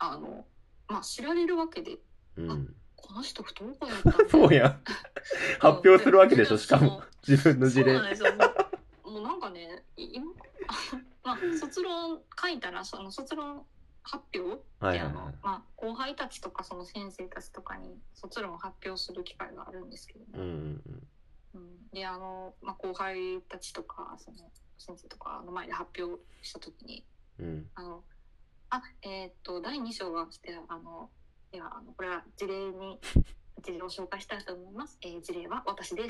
あのまあ知られるわけでうん。この人不登校やったんだそうやん。 発表するわけでしょ、しかも。 自分のそ事う例な。んですよ。もう もうなんかねい今 まあ卒論書いたらその卒論発表ってあの、はいはいはいまあ、後輩たちとかその先生たちとかに卒論を発表する機会があるんですけど、うんうんうんであの、まあ、後輩たちとかその先生とかの前で発表した時にうん。うん。あのあえーっと第2章はしてあのではあのこれは事例 に事例を紹介したいと思います、えー事例は私 です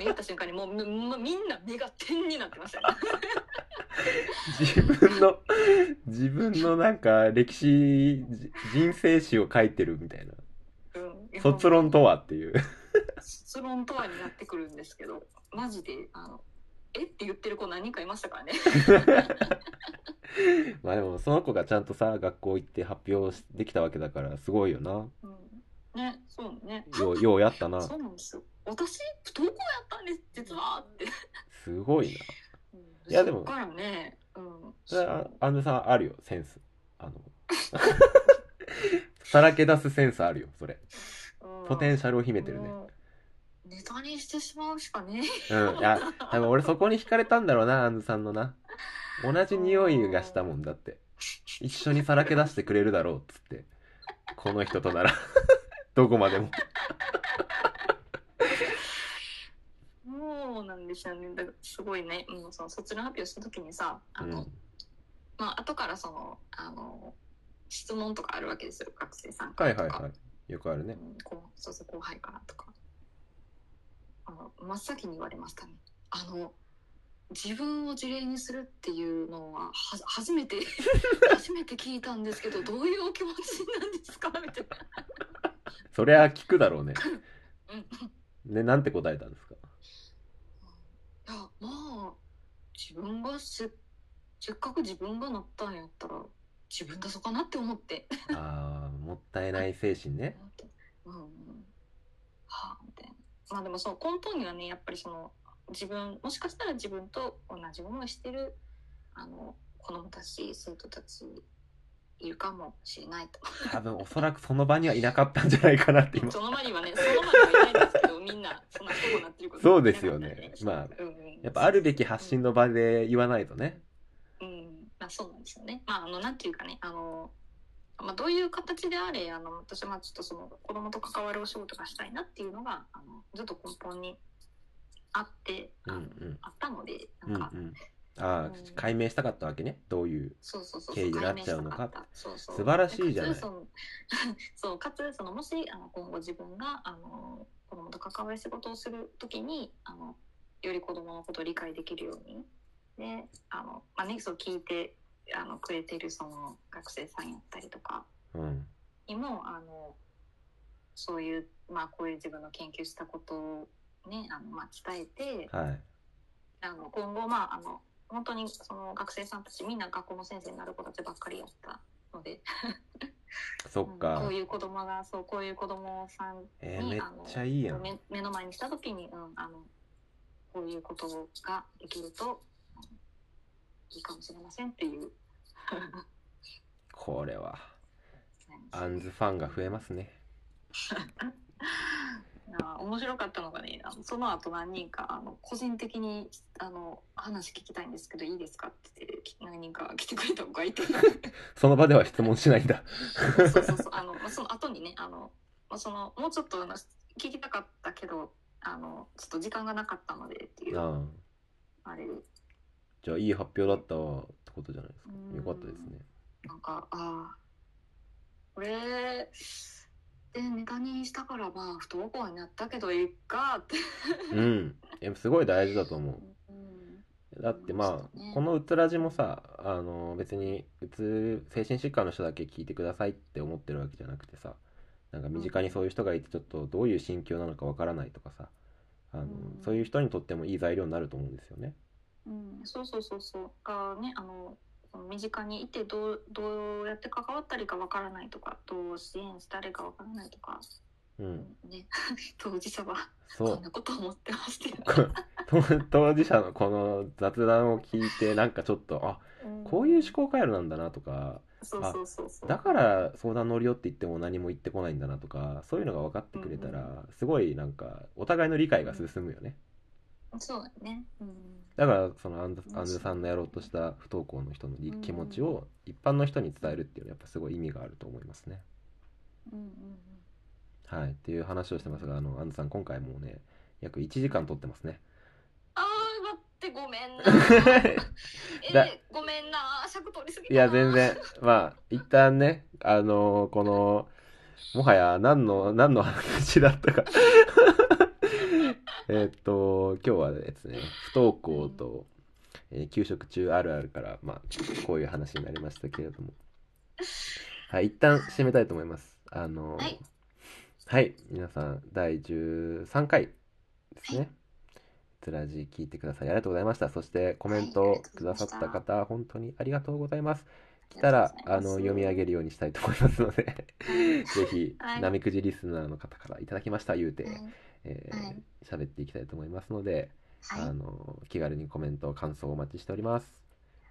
言った瞬間にもうむむみんな目が点になってましたよね自分の、自分のなんか歴史、じ人生史を書いてるみたいな。うんい や卒論とはっていう。 卒論とはになってくるんですけどマジであのえって言ってる子何人かいましたからねまあでもその子がちゃんとさ学校行って発表しできたわけだからすごいよなうんねそうねようようやったなそうなんですよ私不登校やったんです実はってすごいいやでもそっからねうんなあアンズさんあるよセンスあの さらけ出すセンスあるよそれポテンシシャルを秘ャめてるねネタにしてしまうしかね うんいや多分俺そこに惹かれたんだろうなアンズさんのな同じ匂いがしたもんだって一緒にさらけ出してくれるだろうっつってこの人となら どこまでももうなんですよねだからすごいねもうその卒論発表した時にさあうの、んまあ後からそのあの質問とかあるわけですよ学生さんかはらいとはか、いはいよくあるねうんこうそうそう後輩からとかあの真っ先に言われましたねあの自分を事例にするっていうのはは初めて 初めて聞いたんですけどどういうお気持ちなんですかみたいそりゃ聞くだろうねな、うんねなんて答えたんですかいやまあ自分がせせっかく自分がなったんやったら自分出そうかなって思ってあーもったいない精神ねうんうんはあみたいなまあでもそう根本にはねやっぱりその自分もしかしたら自分と同じものをしてるあの子供たち生徒たちいるかもしれないと多分おそらくその場にはいなかったんじゃないかなって今その場にはねその場にはいないんですけどみんなそんなことになってることそうですよねまあうんうんやっぱあるべき発信の場で言わないとねうん、まあそうなんですよね。まああのなんていうかね、あの、まあどういう形であれ、あの私はまあちょっとその子供と関わるお仕事がしたいなっていうのが、あのずっと根本にあって、あうんのうんあったので、うなんうんんか、ああうん解明したかったわけねどういうそうそうそう、経緯になっちゃうのか解明したったそうそう素晴らしいじゃないかつその そう、かつそのもしあの今後自分があの子供と関わる仕事をするときにあのより子供のことを理解できるようにであのまあねそう聞いてあのくれてるその学生さんやったりとかうんにもあのそういうまあこういう自分の研究したことをねあのまあ伝えてはいあの今後まああの本当にその学生さんたちみんな学校の先生になる子たちばっかりやったのでそっうんかこういう子供がそうこういう子供さんに、えーめっあのちゃいいやん目目の前にした時に、うん、あのこういうことができるとあのいいかもしれませんっていう。これはアンズファンが増えますねあ面白かったのがねあのその後何人かあの個人的にあの話聞きたいんですけどいいですかって言って何人か来てくれた子がいてその場では質問しないんだ そうそうそうあの、まあ、その後にねあの、まあ、そのもうちょっとあの聞きたかったけどあのちょっと時間がなかったのでっていうあああれでじゃあいい発表だったわってことじゃないですかうんよかったですねなんかああこれでネタにしたからまあ不登校になったけどいっかって、うんいやすごい大事だと思ううんだってまそうですねあこのうつらじもさあの別にうつ精神疾患の人だけ聞いてくださいって思ってるわけじゃなくてさなんか身近にそういう人がいてちょっとどういう心境なのかわからないとかさあのうんそういう人にとってもいい材料になると思うんですよね。うん、そうそうそうそうがねあのその身近にいてどうどうやって関わったらいいかわからないとかどう支援したらいいかわからないとか、うん、ね 当事者はそこうんなこと思ってましたよ、こ 当事者のこの雑談を聞いてなんかちょっとあんこういう思考回路なんだなとかそうそうそうそうだから相談乗りよって言っても何も言ってこないんだなとかそういうのが分かってくれたらすごいなんかお互いの理解が進むよね。そうだね、うん、だからそのアンズうんアンズさんのやろうとした不登校の人のうん気持ちを一般の人に伝えるっていうのはやっぱすごい意味があると思いますね。うんうんはい、っていう話をしてますがあのアンズさん今回もうね約1時間撮ってます ね。あー待ってごめ んなえだーごめんな尺取りすぎたいなや全然まあ一旦ねあのこのもはや何の何の話だったか えっと今日はですね不登校と、えー給食中あるあるからまあこういう話になりましたけれどもはい一旦締めたいと思いますあのはいはい皆さん第13回ですね、つらじ聞いてくださりありがとうございました。そしてコメンはいあトりがくだとうございまさしったた方、本当にありがとうございます。来来たら、あの、読み上げるようにしたいと思いますの で、はいぜひは、いなみくじリスナーの方からいただきました、言うて、えーはい喋っていきたいと思いますので、はいあの、気軽にコメント、感想をお待ちしております。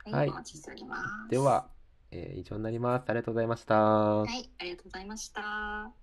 は、はいいお待ちしております。では、えー以上になります。ありがとうございました。はい、ありがとうございました。